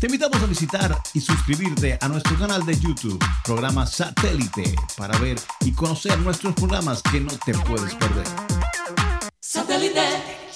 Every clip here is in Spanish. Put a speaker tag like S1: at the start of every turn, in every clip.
S1: Te invitamos a visitar y suscribirte a nuestro canal de YouTube, programa Satélite, para ver y conocer nuestros programas que no te puedes perder.
S2: Satélite.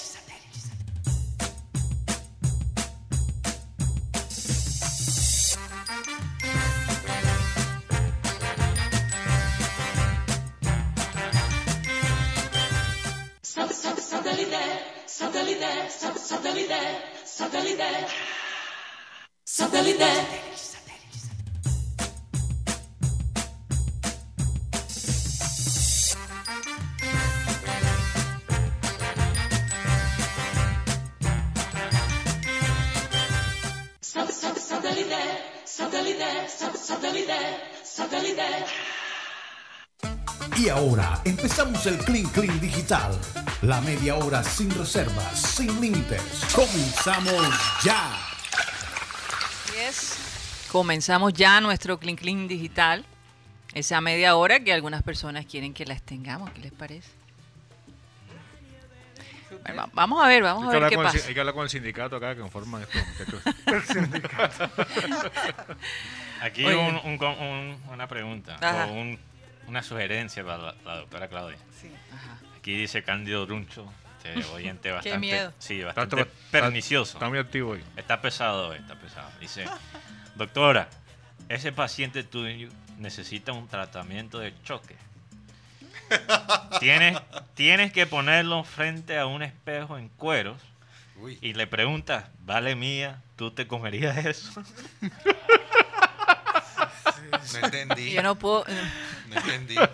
S1: Y ahora empezamos el Clean Clean Digital. La media hora sin reservas, sin límites. Comenzamos ya.
S3: Así es. Comenzamos ya nuestro Clean Clean Digital. Esa media hora que algunas personas quieren que las tengamos. ¿Qué les parece? Bueno, va- vamos a ver, vamos
S4: Hay
S3: a
S4: que,
S3: ver
S4: hablar
S3: qué
S4: con el,
S3: pasa.
S4: sin- hay que hablar con el sindicato acá que conforman estos muchachos.
S5: Aquí
S3: Oye.
S5: un- un com- un- una pregunta
S3: Ajá.
S5: o un- una sugerencia para la, la doctora Claudia.
S3: Ajá.
S5: Aquí dice Cándido Druncho, este oyente bastante,
S3: miedo.
S5: Sí,
S4: Está-
S5: bastante
S4: está-
S5: pernicioso.
S4: Está muy activo hoy.
S5: Está pesado hoy, está pesado. Dice, doctora, ese paciente tuyo necesita un tratamiento de choque. Tienes, tienes que ponerlo frente a un espejo en cueros y le preguntas, vale mía, ¿tú te comerías eso?
S6: No entendí.
S3: Yo no puedo. eh,
S6: No entendí.
S7: No,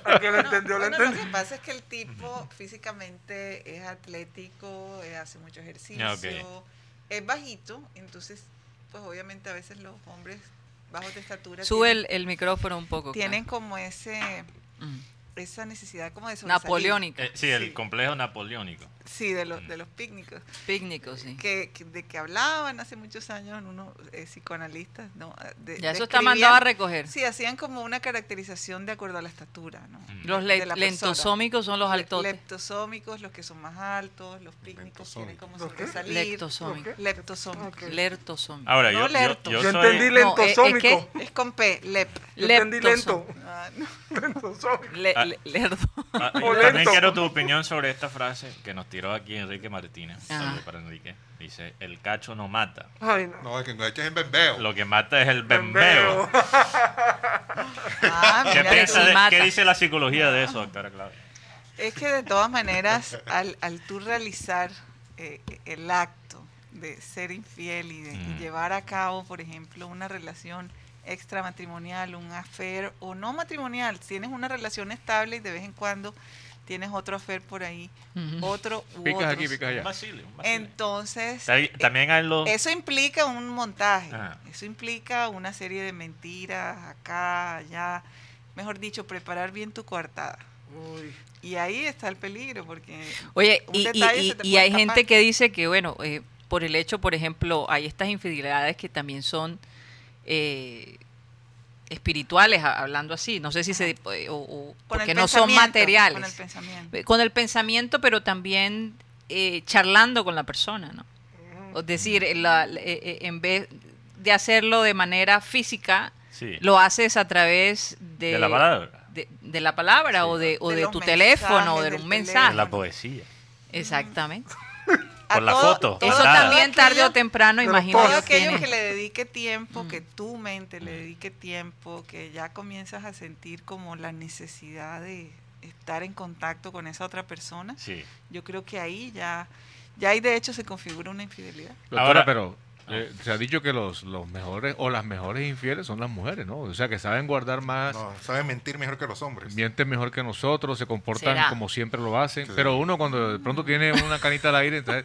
S7: bueno, lo que pasa es que el tipo físicamente es atlético, eh, hace mucho ejercicio,
S5: Ah, ok.
S7: es bajito, entonces, pues obviamente a veces los hombres bajos de estatura
S3: Sube
S7: tienen,
S3: el, el micrófono un poco.
S7: tienen
S3: Carlos.
S7: como ese
S3: Mm.
S7: esa necesidad como de sobresalir.
S3: Napoleónica.
S5: Eh, sí, el
S7: Sí.
S5: complejo napoleónico.
S7: Sí, de los, de los pícnicos.
S3: Pícnico, sí.
S7: Que, que- de que hablaban hace muchos años unos eh, psicoanalistas, ¿no? De-
S3: Ya eso está
S7: describían-
S3: mandado a recoger.
S7: Sí, hacían como una caracterización de acuerdo a la estatura, ¿no?
S5: Mm.
S3: Los
S7: de
S3: le-
S7: la persona.
S3: lentosómicos son los
S7: Le-
S3: altotes.
S7: Leptosómicos, los que son más altos, los pícnicos tienen como sobresalir.
S3: Lectosómicos.
S7: Leptosómicos.
S3: Lertosómicos.
S5: Ahora,
S7: No
S5: yo, yo-
S7: lerto.
S5: yo
S8: Yo
S5: soy-
S8: entendí
S3: No, eh, es
S8: lentosómico.
S3: que-
S7: Es con P, lep.
S8: Yo entendí
S3: Leptosó-
S8: lento.
S7: Ah, no.
S8: Lentosómico.
S3: le-
S5: Ah.
S3: le- lerdo.
S5: Ah,
S8: O
S5: yo también
S8: lento.
S5: quiero tu opinión sobre esta frase que nos tiró aquí Enrique Martínez.
S3: Ajá.
S5: Saludos para Enrique. Dice, el cacho no mata.
S8: Ay, no.
S6: No, es que no eches en bembeo.
S5: Lo que mata es el bembeo.
S7: Ah,
S5: ¿Qué,
S7: mira
S5: piensa
S7: tú.
S3: sí
S5: de-
S3: mata.
S5: qué dice la psicología de eso, doctora Claudia?
S7: Es que de todas maneras, al, al tú realizar eh, el acto de ser infiel y de y
S5: Mm.
S7: llevar a cabo, por ejemplo, una relación extramatrimonial, un affair o no matrimonial, tienes una relación estable y de vez en cuando tienes otro affair por ahí,
S3: Ujú.
S7: otro u
S4: Picas
S7: otros.
S4: aquí, picas
S5: Un
S4: allá.
S5: vacile, un vacile.
S7: Entonces,
S3: eh,
S5: Ahí También hay los...
S7: Eso implica un montaje,
S5: Ajá.
S7: eso implica una serie de mentiras acá, allá, mejor dicho, preparar bien tu coartada.
S8: Uy.
S7: Y ahí está el peligro, porque
S3: Oye,
S7: Un
S3: y, y-
S7: detalle
S3: y-
S7: se te
S3: y
S7: puede
S3: hay
S7: escapar.
S3: gente que dice que, bueno, eh, por el hecho, por ejemplo, hay estas infidelidades que también son eh, espirituales, a- hablando así, no sé si se... eh, o- o-
S7: con el
S3: porque no son
S7: pensamiento,
S3: materiales.
S7: Con el pensamiento.
S3: Eh, Con el pensamiento, pero también eh, charlando con la persona, ¿no? Es decir, la- la- eh, eh, en vez de hacerlo de manera física,
S5: sí.
S3: lo haces a través de...
S5: De la palabra.
S3: De, de la palabra
S5: Sí.
S3: o de, o
S7: De
S3: de
S7: los
S3: tu teléfono o
S7: mensajes,
S3: de
S7: del
S3: un
S5: De
S3: mensaje.
S7: teléfono.
S5: la poesía.
S3: Exactamente.
S5: Por
S7: A
S5: la
S7: todo-
S5: foto.
S7: todo
S3: Eso
S5: Claro.
S3: también tarde o
S7: aquello-
S3: temprano,
S8: Pero
S3: imagino
S7: Todo
S3: yo,
S7: aquello
S3: tiene.
S7: que le dedique tiempo, que
S3: Mm.
S7: tu mente le dedique tiempo, que ya comienzas a sentir como la necesidad de estar en contacto con esa otra persona,
S5: Sí.
S7: yo creo que ahí ya, ya ahí de hecho se configura una infidelidad.
S4: Doctora,
S5: Ahora-
S4: pero
S3: Ah.
S4: eh, se ha dicho que los, los mejores o las mejores infieles son las mujeres, ¿no? O sea, que saben guardar más,
S6: No, sabe mentir mejor que los hombres.
S4: mienten mejor que nosotros, se comportan
S3: ¿Será?
S4: como siempre lo hacen.
S6: Sí.
S4: Pero uno cuando de pronto tiene una canita al aire, entonces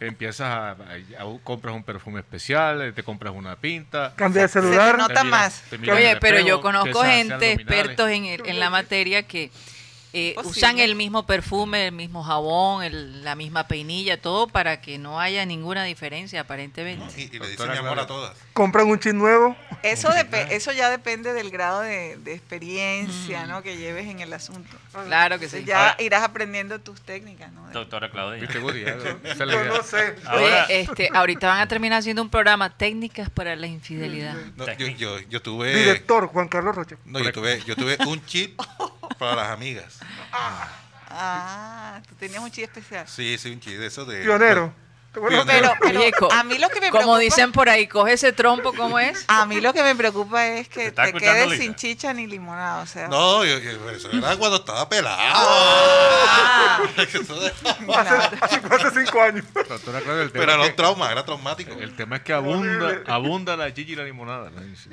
S4: empiezas a, a- a- compras un perfume especial, eh, te compras una pinta.
S8: Cambia de
S7: te
S8: celular.
S7: nota-
S4: te miras-
S7: más.
S4: te miras en
S3: Oye,
S4: el
S3: pero
S4: espejo,
S3: yo conozco
S4: empiezas a hacer
S3: gente,
S4: abdominales.
S3: expertos en, el- en la materia, que eh,
S7: Posible.
S3: usan el mismo perfume, el mismo jabón, el- la misma peinilla, todo para que no haya ninguna diferencia, aparentemente.
S6: Y, y le dicen
S4: Doctora
S6: mi amor
S4: Clara.
S6: a todas.
S8: Compran un chip nuevo.
S7: Eso, depe- eso ya depende del grado de, de experiencia ¿no? que lleves en el asunto.
S3: Claro que sí.
S7: Ya
S5: Ahora-
S7: irás aprendiendo tus técnicas. ¿no? De-
S5: Doctora Claudia.
S4: ¿Viste, Woody? Ya, esa es la
S6: Yo
S4: idea.
S6: no sé.
S3: Oye,
S5: Ahora,
S3: este, ahorita van a terminar haciendo un programa técnicas para la infidelidad.
S6: No, yo, yo, yo tuve.
S2: Director Juan Carlos Rocha.
S6: No, yo tuve, yo tuve un chip para las amigas.
S7: Ah, tú tenías un chiste especial.
S6: Sí, sí, un chip de eso de.
S2: Pionero. ¿Te acuerdas?
S7: Pero, pero
S3: Oye, co-
S7: a mí lo que me
S3: Como
S7: preocupa,
S3: dicen por ahí, coge ese trompo, ¿cómo es?
S7: a mí lo que me preocupa es que
S5: está
S7: te,
S5: escuchando
S7: quedes
S5: Lisa?
S7: sin chicha ni limonada, o sea.
S6: No, yo, yo- eso era cuando estaba
S7: Ah.
S6: pelado. Eso era-
S7: claro.
S2: Hace, hace cinco años.
S4: Doctora Claudia, el tema
S6: pero era
S4: es
S6: un trauma, era traumático.
S4: que- el tema es que abunda, abunda la chichi y la limonada. ¿no? Sí.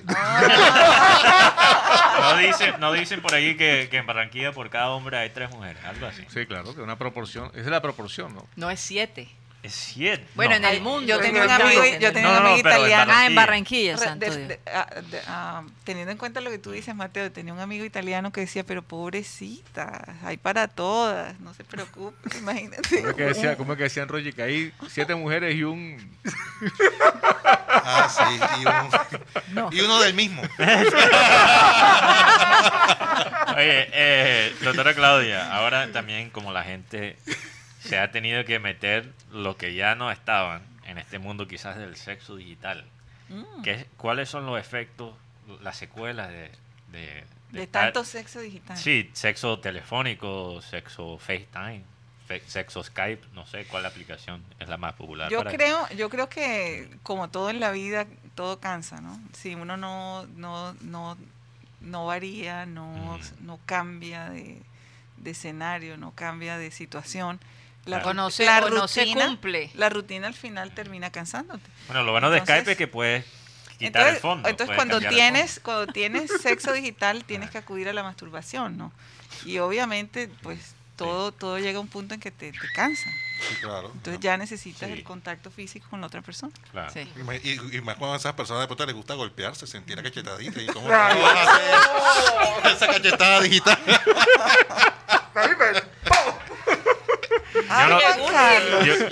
S5: no dicen, no dicen por ahí que, que en Barranquilla por cada hombre hay tres mujeres, algo así.
S4: Sí, claro, que una proporción. Esa es la proporción, ¿no?
S3: No es siete.
S5: Es cierto.
S3: Bueno, en
S5: No.
S3: el mundo.
S7: Yo tenía un
S3: creo que
S7: amigo,
S3: dicen,
S7: yo
S3: ¿no?
S7: tenía
S5: No,
S7: un
S5: no, no,
S7: amigo
S5: pero en
S7: italiano.
S5: Barranquilla.
S3: Ah, en Barranquilla,
S7: Re-
S3: santo
S7: de-
S3: Dios.
S7: de- ah, de- ah, teniendo en cuenta lo que tú dices, Mateo, tenía un amigo italiano que decía, pero pobrecita, hay para todas, no se preocupe, imagínate.
S4: ¿Cómo es que
S6: eh.
S4: decía, cómo es que decían, Roger, que hay siete mujeres y un...
S6: Ah, sí. Y uno,
S3: No.
S6: y uno del mismo.
S5: Oye, eh, doctora Claudia, ahora también como la gente se ha tenido que meter lo que ya no estaban en este mundo quizás del sexo digital.
S7: Mm.
S5: ¿Qué es- ¿Cuáles son los efectos, las secuelas de... De, de
S7: De
S5: estar-
S7: tanto sexo digital.
S5: Sí, sexo telefónico, sexo FaceTime, fe- sexo Skype, no sé cuál aplicación es la más popular.
S7: Yo
S5: para-
S7: creo, yo creo que como todo en la vida, todo cansa, ¿no? Si uno no, no, no, no varía, no,
S5: Ujú.
S7: no cambia de, de escenario, no cambia de situación, la,
S5: Claro.
S3: O no se-
S7: la
S3: o no se
S7: rutina-
S3: cumple.
S7: La rutina al final termina cansándote.
S5: Bueno, lo bueno de
S7: Entonces-
S5: Skype es que puedes quitar
S7: Entonces,
S5: el fondo.
S7: entonces
S5: puedes
S7: cuando
S5: cambiar el fondo. Ah.
S7: tienes, cuando tienes sexo digital, tienes que acudir a la masturbación, ¿no? Y obviamente, pues todo, todo llega a un punto en que te, te cansa.
S6: Sí, claro.
S7: Entonces ya necesitas
S5: Sí.
S7: el contacto físico con la otra persona.
S5: Claro.
S3: Sí.
S6: Y, me- y- y más cuando a esas personas de pronto les gusta golpearse, sentir la cachetadita. ¿Y cómo
S2: Ay,
S6: cómo vas a hacer esa cachetada digital?
S7: Ay,
S5: no-
S7: Juan Carlos.
S5: yo-
S7: Ay, Juan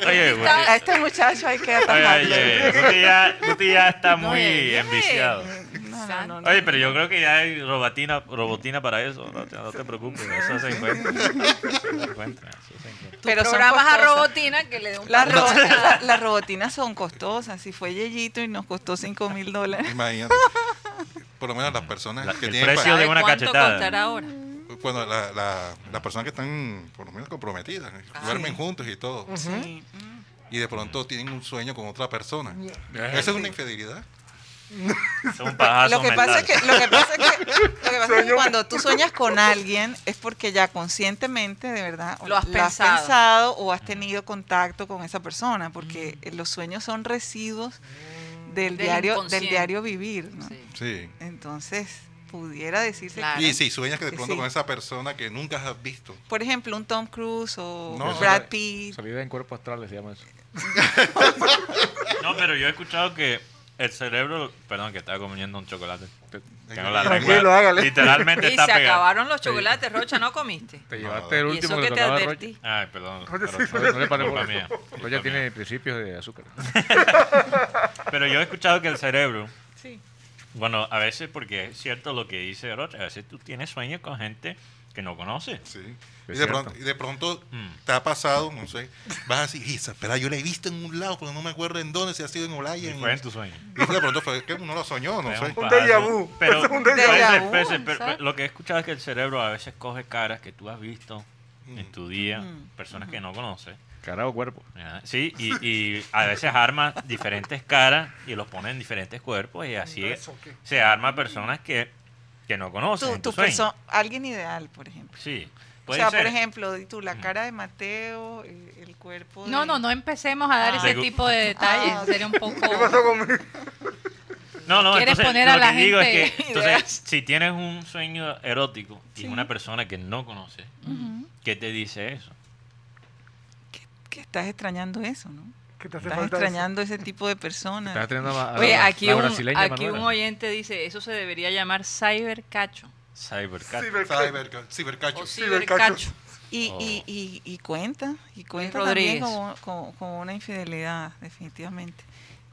S7: Carlos.
S5: Oye, Guti.
S7: a este muchacho hay que
S5: Oye,
S7: atajarlo.
S5: oye, oye, Guti ya, Guti ya está
S3: No,
S5: muy
S3: oye,
S5: enviciado.
S7: No, no, no, no.
S5: Oye, pero yo creo que ya hay robotina, robotina para eso. No te, no te preocupes, eso se encuentra. Eso se encuentra, eso se encuentra.
S3: Tú
S7: Pero son
S3: programas a
S7: costosas.
S3: robotina que le dé un
S7: Las,
S3: par-
S7: ro- la- las robotinas son costosas. Si fue Yeyito y nos costó 5 mil dólares.
S6: Imagínate. Por lo menos las personas
S5: La-
S6: que
S5: el
S6: tienen
S5: precio
S6: pa- ah,
S5: de
S3: ¿Sabe
S5: una
S3: cuánto
S5: cachetada.
S3: costará ahora?
S6: Cuando la- la- las personas que están por lo menos comprometidas, duermen
S7: Ah, sí.
S6: juntos y todo.
S7: Sí.
S6: Y de pronto tienen un sueño con otra persona.
S4: Eh,
S6: Esa es una infidelidad.
S5: Es un pajazo
S7: Lo que pasa es
S5: mental.
S7: que, lo que, pasa es que, lo que pasa es que
S2: Sueño.
S7: cuando tú sueñas con alguien es porque ya conscientemente, de verdad, o
S3: Lo has
S7: has
S3: pensado.
S7: pensado o has tenido contacto con esa persona, porque eh, los sueños son residuos del,
S3: Mm. Del
S7: diario, del
S3: inconsciente.
S7: diario vivir. ¿no?
S3: Sí.
S6: Sí.
S7: Entonces, pudiera decirse
S3: Claro.
S6: Y si sueñas que de
S7: Que
S6: pronto
S7: sí.
S6: con esa persona que nunca has visto.
S7: por ejemplo, un Tom Cruise o
S6: No,
S7: Brad
S4: sal-
S7: Pitt.
S4: Salida en cuerpo astral, se llama eso.
S5: No, pero yo he escuchado que el cerebro. Perdón, que estaba comiendo un chocolate. Tengo la
S2: Tranquilo,
S5: lengua-
S2: hágale.
S5: Literalmente
S3: Y se
S5: está pegada.
S3: acabaron los chocolates, Rocha, ¿no comiste?
S4: Te
S6: No,
S4: llevaste el
S3: Y eso
S4: último que
S3: que
S4: le
S3: te
S4: tocaba a Roger.
S3: advertí.
S5: Ay, perdón.
S2: Oye, sí,
S5: pero-
S2: pero-
S4: No, no le pare
S5: Culpa
S4: bola.
S5: mía, culpa
S4: Roger tiene
S5: mía.
S4: principios de azúcar.
S5: Pero yo he escuchado que el cerebro. Bueno, a veces, porque es cierto lo que dice Rocha, a veces tú tienes sueños con gente que no conoces.
S6: Sí. Y
S4: Es
S6: de,
S4: cierto.
S6: pronto, y de pronto
S5: Mm.
S6: te ha pasado, no sé, vas así, y esa pelada yo la he visto en un lado, pero no me acuerdo en dónde, si ha sido en Olaya.
S5: Y
S6: en-
S5: fue en tu sueño.
S6: Y de pronto fue que uno lo soñó, no
S5: Es
S6: sé.
S2: un
S5: pajazo,
S2: déjà vu.
S5: Pero,
S2: Es un déjà
S5: pero
S7: vu.
S5: es- pero- pero- pero-
S3: Exacto.
S5: lo que he escuchado es que el cerebro a veces coge caras que tú has visto en tu día,
S7: Mm.
S5: personas que no conoces.
S4: Carajo cuerpo.
S5: ¿verdad? Sí, y, y a veces arma diferentes caras y los pone en diferentes cuerpos y así
S2: ¿Eso qué?
S5: se arma personas que, que no conoces.
S7: Tu,
S5: en tu
S7: tu
S5: sueño.
S7: perso- alguien ideal, por ejemplo.
S5: Sí.
S7: O
S5: Puede
S7: sea,
S5: ser.
S7: por ejemplo, di tú, la cara de Mateo, eh, el cuerpo. de-
S8: No, no, no empecemos a dar
S7: Ah.
S8: ese
S5: Legu-
S8: tipo de detalles.
S7: Ah, ok.
S8: Sería un poco.
S2: ¿Qué pasó conmigo?
S5: No, no,
S8: ¿Quieres
S5: entonces,
S8: poner
S5: lo
S8: a la
S5: que digo
S8: gente
S5: es que,
S8: ideas?
S5: entonces, si tienes un sueño erótico y es una persona que no conoces, ¿qué te dice eso?
S7: Que estás extrañando eso, ¿no?
S2: ¿Qué te hace
S7: Estás
S2: falta?
S7: extrañando ese tipo de personas.
S4: Estás teniendo a, a
S3: Oye,
S4: la-
S3: aquí
S4: la
S3: un,
S4: brasileña
S3: aquí un
S4: Manuela.
S3: oyente dice, eso se debería llamar cybercacho
S5: Cybercat.
S2: Cibercacho.
S6: Cyber- cibercacho.
S7: Oh,
S3: o
S2: Cibercacho.
S3: cibercacho.
S7: Y,
S5: Oh.
S7: y, y, y cuenta, y cuenta
S3: Rodríguez.
S7: también como, como- como una infidelidad, definitivamente.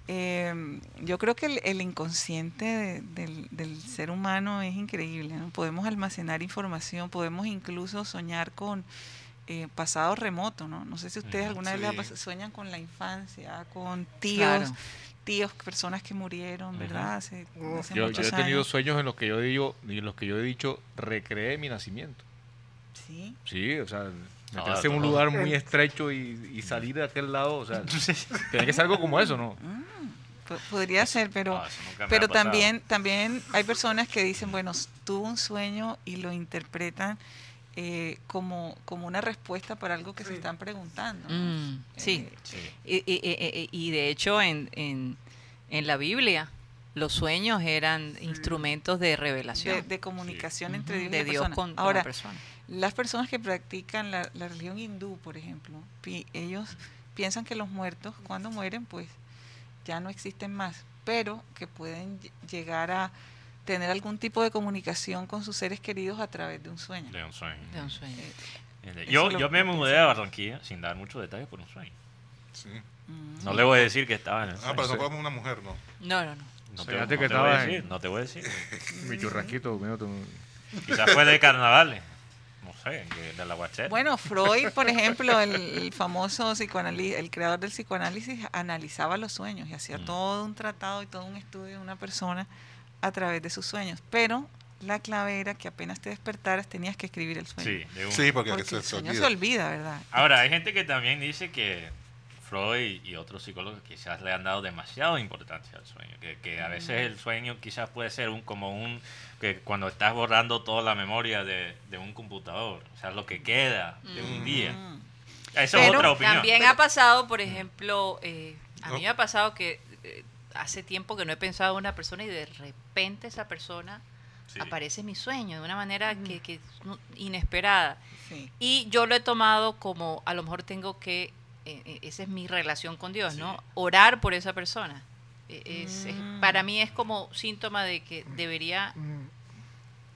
S7: eh, yo creo que el, el inconsciente de- del, del ser humano es increíble. ¿no? Podemos almacenar información, podemos incluso soñar con eh, pasado remoto. ¿no? no sé si ustedes
S5: Ujú,
S7: alguna vez les ha
S6: sí.
S7: pas- sueñan con la infancia, con tíos,
S3: Claro.
S7: tíos, personas que murieron,
S5: Ajá.
S7: ¿verdad? Hace,
S2: Uf.
S7: hace
S4: Yo, yo
S7: muchos
S4: he tenido
S7: años.
S4: sueños en los que yo digo, en los que yo he dicho, recreé mi nacimiento.
S7: Sí.
S4: Sí, o sea,
S5: No,
S4: meterse en un
S5: no.
S4: lugar muy estrecho y, y salir de aquel lado, o sea, tiene que ser algo como eso, ¿no?
S7: Po- Podría ser, pero,
S5: No, eso ah, nunca me ha
S7: pero
S5: pasado.
S7: también, también hay personas que dicen, bueno, s- tuve un sueño y lo interpretan eh, como, como una respuesta para algo que se
S2: Sí.
S7: están preguntando. ¿no?
S3: Mm, sí.
S7: Eh,
S5: Sí.
S3: Y, y- y- y- y de hecho en, en- en la Biblia los sueños eran instrumentos de
S7: de,
S3: revelación
S7: de comunicación
S3: Ujú,
S7: entre Dios, y
S3: de
S7: la
S3: Dios
S7: persona.
S3: con, con
S7: Ahora,
S3: la persona.
S7: las personas que practican la, la religión hindú, por ejemplo, pi- ellos piensan que los muertos cuando mueren, pues ya no existen más, pero que pueden ll- llegar a tener algún tipo de comunicación con sus seres queridos a través de un sueño.
S5: De un sueño.
S3: De un sueño.
S5: Entiende.
S7: Eso
S5: Yo,
S7: lo-
S5: yo me
S7: lo
S5: mudé
S7: pienso.
S5: a Barranquilla sin dar muchos detalles por un sueño.
S6: Sí.
S7: Mm.
S5: No le voy a decir que estaba en el
S6: Ah,
S5: sueño.
S6: pero no podemos una mujer, ¿no.
S3: No, no, no.
S5: No te,
S4: Fíjate
S5: no
S4: que
S5: te voy a
S4: estaba
S5: decir,
S4: en-
S5: no te voy a decir.
S3: Mm.
S4: Mi churrasquito, mira, tú-
S5: Quizás fue de carnavales. No sé, que- de la guachera.
S7: Bueno, Freud, por ejemplo, el, el famoso psicoanalista, el creador del psicoanálisis, analizaba los sueños y hacía
S5: Mm.
S7: todo un tratado y todo un estudio de una persona a través de sus sueños. Pero la clave era que apenas te despertaras tenías que escribir el sueño.
S5: sí, de un-
S6: Sí, porque,
S7: porque
S6: se,
S7: el
S6: se
S7: Oh, sueño
S6: olvida.
S7: se olvida, ¿verdad?
S5: Ahora, hay gente que también dice que Freud y otros psicólogos quizás le han dado demasiada importancia al sueño. Que, que a veces
S7: Mm.
S5: el sueño quizás puede ser un como un. que cuando estás borrando toda la memoria de, de un computador. O sea, lo que queda de un día.
S7: Mm.
S5: Esa es
S7: Pero
S5: otra opinión.
S3: También ha pasado, por ejemplo, eh, a mí
S6: No.
S3: me ha pasado que eh, hace tiempo que no he pensado en una persona y de repente esa persona
S5: Sí.
S3: aparece en mi sueño de una manera que, que es no- inesperada.
S7: Sí.
S3: Y yo lo he tomado como, a lo mejor tengo que, eh, eh, esa es mi relación con Dios, ¿no?
S5: Sí.
S3: Orar por esa persona. Eh, es- es-
S7: Mm.
S3: para mí es como síntoma de que debería
S2: Mm,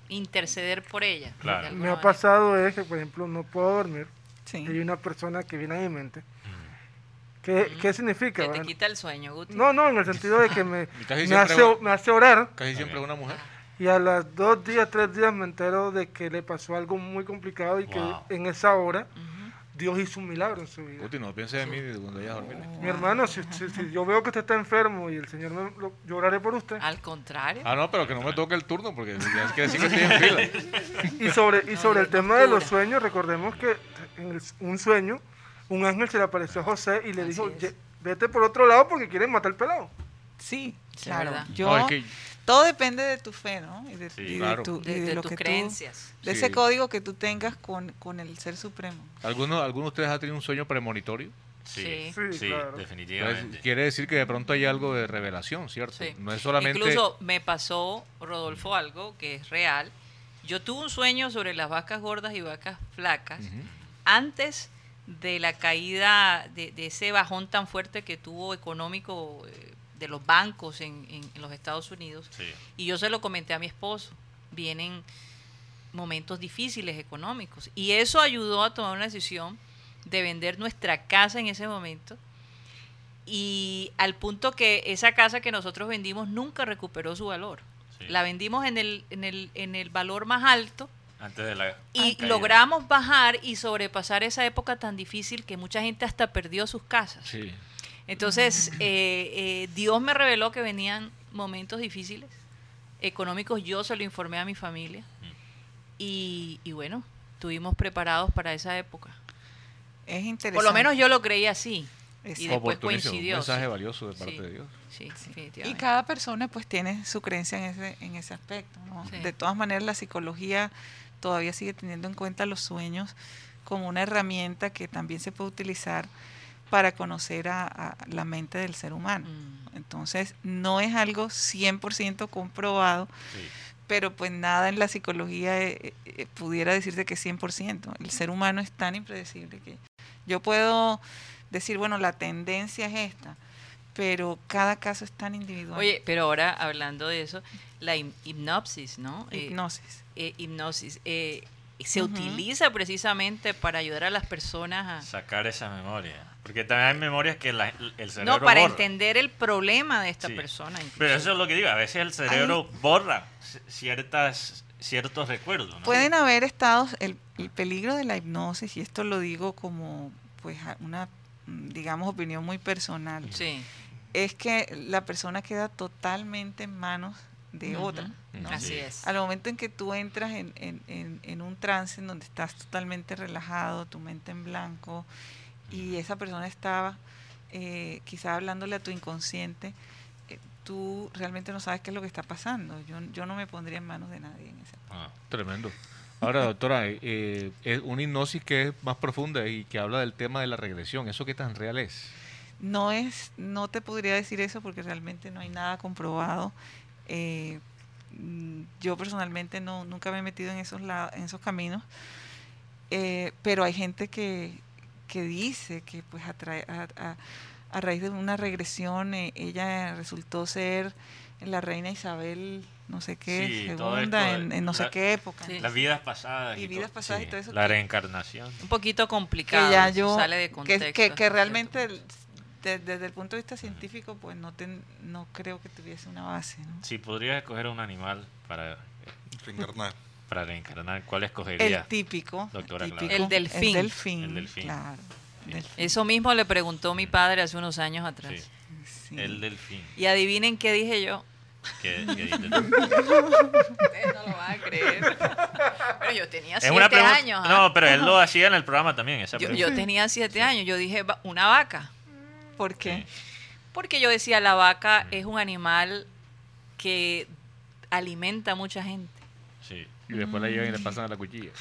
S3: interceder por ella. de
S5: Claro. Me
S3: alguna
S2: Me ha
S3: manera.
S2: pasado es que, por ejemplo, no puedo dormir.
S7: Sí.
S2: Hay una persona que viene a mi mente. ¿Qué, qué significa?
S3: Que te
S2: verdad?
S3: quita el sueño, Guti.
S2: No, no, en el sentido de que me,
S4: Y casi
S2: me
S4: siempre
S2: hace,
S4: voy-
S2: me hace orar
S4: Casi siempre es una mujer.
S2: y a las dos días, tres días me entero de que le pasó algo muy complicado y que
S5: Wow.
S2: en esa hora
S3: Ujú.
S2: Dios hizo un milagro en su vida.
S4: Guti, no pienses en mí cuando vayas a dormir.
S2: Mi hermano, si, si- si yo veo que usted está enfermo y el Señor me lo, yo oraré por usted.
S3: Al contrario.
S4: Ah, no, pero que no me toque el turno porque ya es que decir que estoy en fila.
S2: Y sobre, y
S3: No,
S2: sobre
S3: no,
S2: el tema de los
S3: locura.
S2: sueños, recordemos que en el- un sueño, un ángel se le apareció a José y le
S3: Así
S2: dijo,
S3: es.
S2: "Ye- vete por otro lado porque quieren matar al pelado.
S7: Sí,
S3: Sí,
S7: claro.
S3: ¿verdad?
S7: Yo,
S4: No, es que
S7: Todo depende de tu fe, ¿no? Y de,
S5: Sí,
S7: y de
S4: claro.
S7: tu- y
S3: de,
S7: de
S3: de
S7: lo
S3: tus
S7: que tú-
S3: creencias.
S7: de ese
S4: Sí.
S7: código que tú tengas con, con el ser supremo.
S4: ¿alguno, ¿alguno de ustedes ha tenido un sueño premonitorio?
S5: Sí,
S2: Sí,
S5: sí,
S2: claro.
S4: Entonces,
S5: definitivamente.
S4: quiere decir que de pronto hay algo de revelación, ¿cierto?
S3: Sí.
S4: No es solamente...
S3: Incluso me pasó, Rodolfo, algo que es real. Yo tuve un sueño sobre las vacas gordas y vacas flacas
S4: Ujú.
S3: antes de la caída, de, de ese bajón tan fuerte que tuvo económico eh, de los bancos en, en- en los Estados Unidos.
S5: Sí.
S3: Y yo se lo comenté a mi esposo. Vienen momentos difíciles económicos. Y eso ayudó a tomar una decisión de vender nuestra casa en ese momento. Y al punto que esa casa que nosotros vendimos nunca recuperó su valor.
S5: Sí.
S3: La vendimos en el, en el, en el valor más alto
S5: Antes de la.
S3: y
S5: caída.
S3: logramos bajar y sobrepasar esa época tan difícil que mucha gente hasta perdió sus casas.
S4: Sí.
S3: Entonces, eh, eh, Dios me reveló que venían momentos difíciles, económicos, yo se lo informé a mi familia y, y bueno, estuvimos preparados para esa época.
S7: Es interesante.
S3: Por lo menos yo lo creí así. Y
S7: Exacto.
S3: después
S4: Oportunismo,
S3: coincidió.
S4: Un mensaje
S3: sí.
S4: valioso de parte
S3: Sí.
S4: de Dios.
S3: Sí,
S7: Y
S3: definitivamente.
S7: cada persona pues tiene su creencia en ese, en ese aspecto. ¿no?
S3: Sí.
S7: De todas maneras, la psicología todavía sigue teniendo en cuenta los sueños como una herramienta que también se puede utilizar para conocer a, a la mente del ser humano.
S3: Mm.
S7: Entonces, no es algo 100% comprobado,
S5: Sí.
S7: pero pues nada en la psicología eh, eh, pudiera decirse que 100%. El ser humano es tan impredecible que yo puedo decir, bueno, la tendencia es esta, pero cada caso es tan individual.
S3: Oye, pero ahora hablando de eso, la hip- hipnopsis, ¿no? Eh,
S7: hipnosis.
S3: eh, hipnosis. eh, se
S7: Ujú.
S3: utiliza precisamente para ayudar a las personas a...
S5: Sacar esa memoria. Porque también hay memorias que la- el cerebro
S3: No, para
S5: borra.
S3: entender el problema de esta
S5: Sí.
S3: persona. incluso.
S5: Pero eso es lo que digo, a veces el cerebro borra c- ciertas, ciertos recuerdos. ¿no?
S7: Pueden haber estados, el, el peligro de la hipnosis, y esto lo digo como pues a- una, mm, digamos, opinión muy personal,
S3: Sí.
S7: es que la persona queda totalmente en manos de
S3: Ujú.
S7: otra. ¿no?
S3: Así
S5: Sí.
S3: es.
S7: Al momento en que tú entras en, en- en- en un trance en donde estás totalmente relajado, tu mente en blanco, y esa persona estaba eh, quizá hablándole a tu inconsciente, eh, tú realmente no sabes qué es lo que está pasando. Yo, yo no me pondría en manos de nadie en ese
S5: Ah.
S4: Tremendo. Ahora, doctora, eh, eh, es una hipnosis que es más profunda y que habla del tema de la regresión. ¿Eso qué tan real es?
S7: No es, no te podría decir eso porque realmente no hay nada comprobado. Eh, mm, yo personalmente no, nunca me he metido en esos la- en esos caminos. Eh, pero hay gente que, que dice que pues a, tra- a- a- a raíz de una regresión eh, ella resultó ser la reina Isabel, no sé qué,
S5: Sí, todo
S7: segunda,
S5: esto de
S7: en, en no sé
S5: la-
S7: qué época.
S3: Sí.
S5: Las vidas pasadas.
S7: Y vidas pasadas y todo eso
S5: La
S7: que-
S5: reencarnación.
S3: Un poquito
S7: que
S3: complicado.
S7: ya yo
S3: sale de
S7: que-
S3: contexto.
S7: que, que
S3: hasta cierto
S7: realmente
S3: punto.
S7: el- de- desde el punto de vista científico pues no ten- no creo que tuviese una base ¿no?
S5: Si podrías escoger un animal para,
S6: Reencarnar.
S5: para reencarnar, ¿cuál escogerías?
S7: el típico,
S5: Doctora Clara.
S7: típico,
S3: El delfín.
S7: delfín,
S5: El delfín.
S7: claro,
S5: Sí.
S7: delfín,
S3: Eso mismo le preguntó mi padre hace unos años atrás.
S5: Sí,
S7: sí.
S5: El delfín.
S3: Y adivinen qué dije yo.
S5: que- que dice-
S3: Ustedes no lo van a creer. Pero yo tenía siete
S5: pregunta-
S3: años. ¿ah?
S5: No, pero él lo hacía en el programa también. Esa
S3: yo,
S5: pregunta.
S3: yo tenía siete años. Yo dije "Va- una vaca.
S7: ¿Por qué?
S3: Porque yo decía, la
S5: Mm.
S3: vaca es un animal que alimenta a mucha gente.
S5: Sí.
S4: Y después la llevan
S7: Mm.
S4: y le pasan a la cuchilla.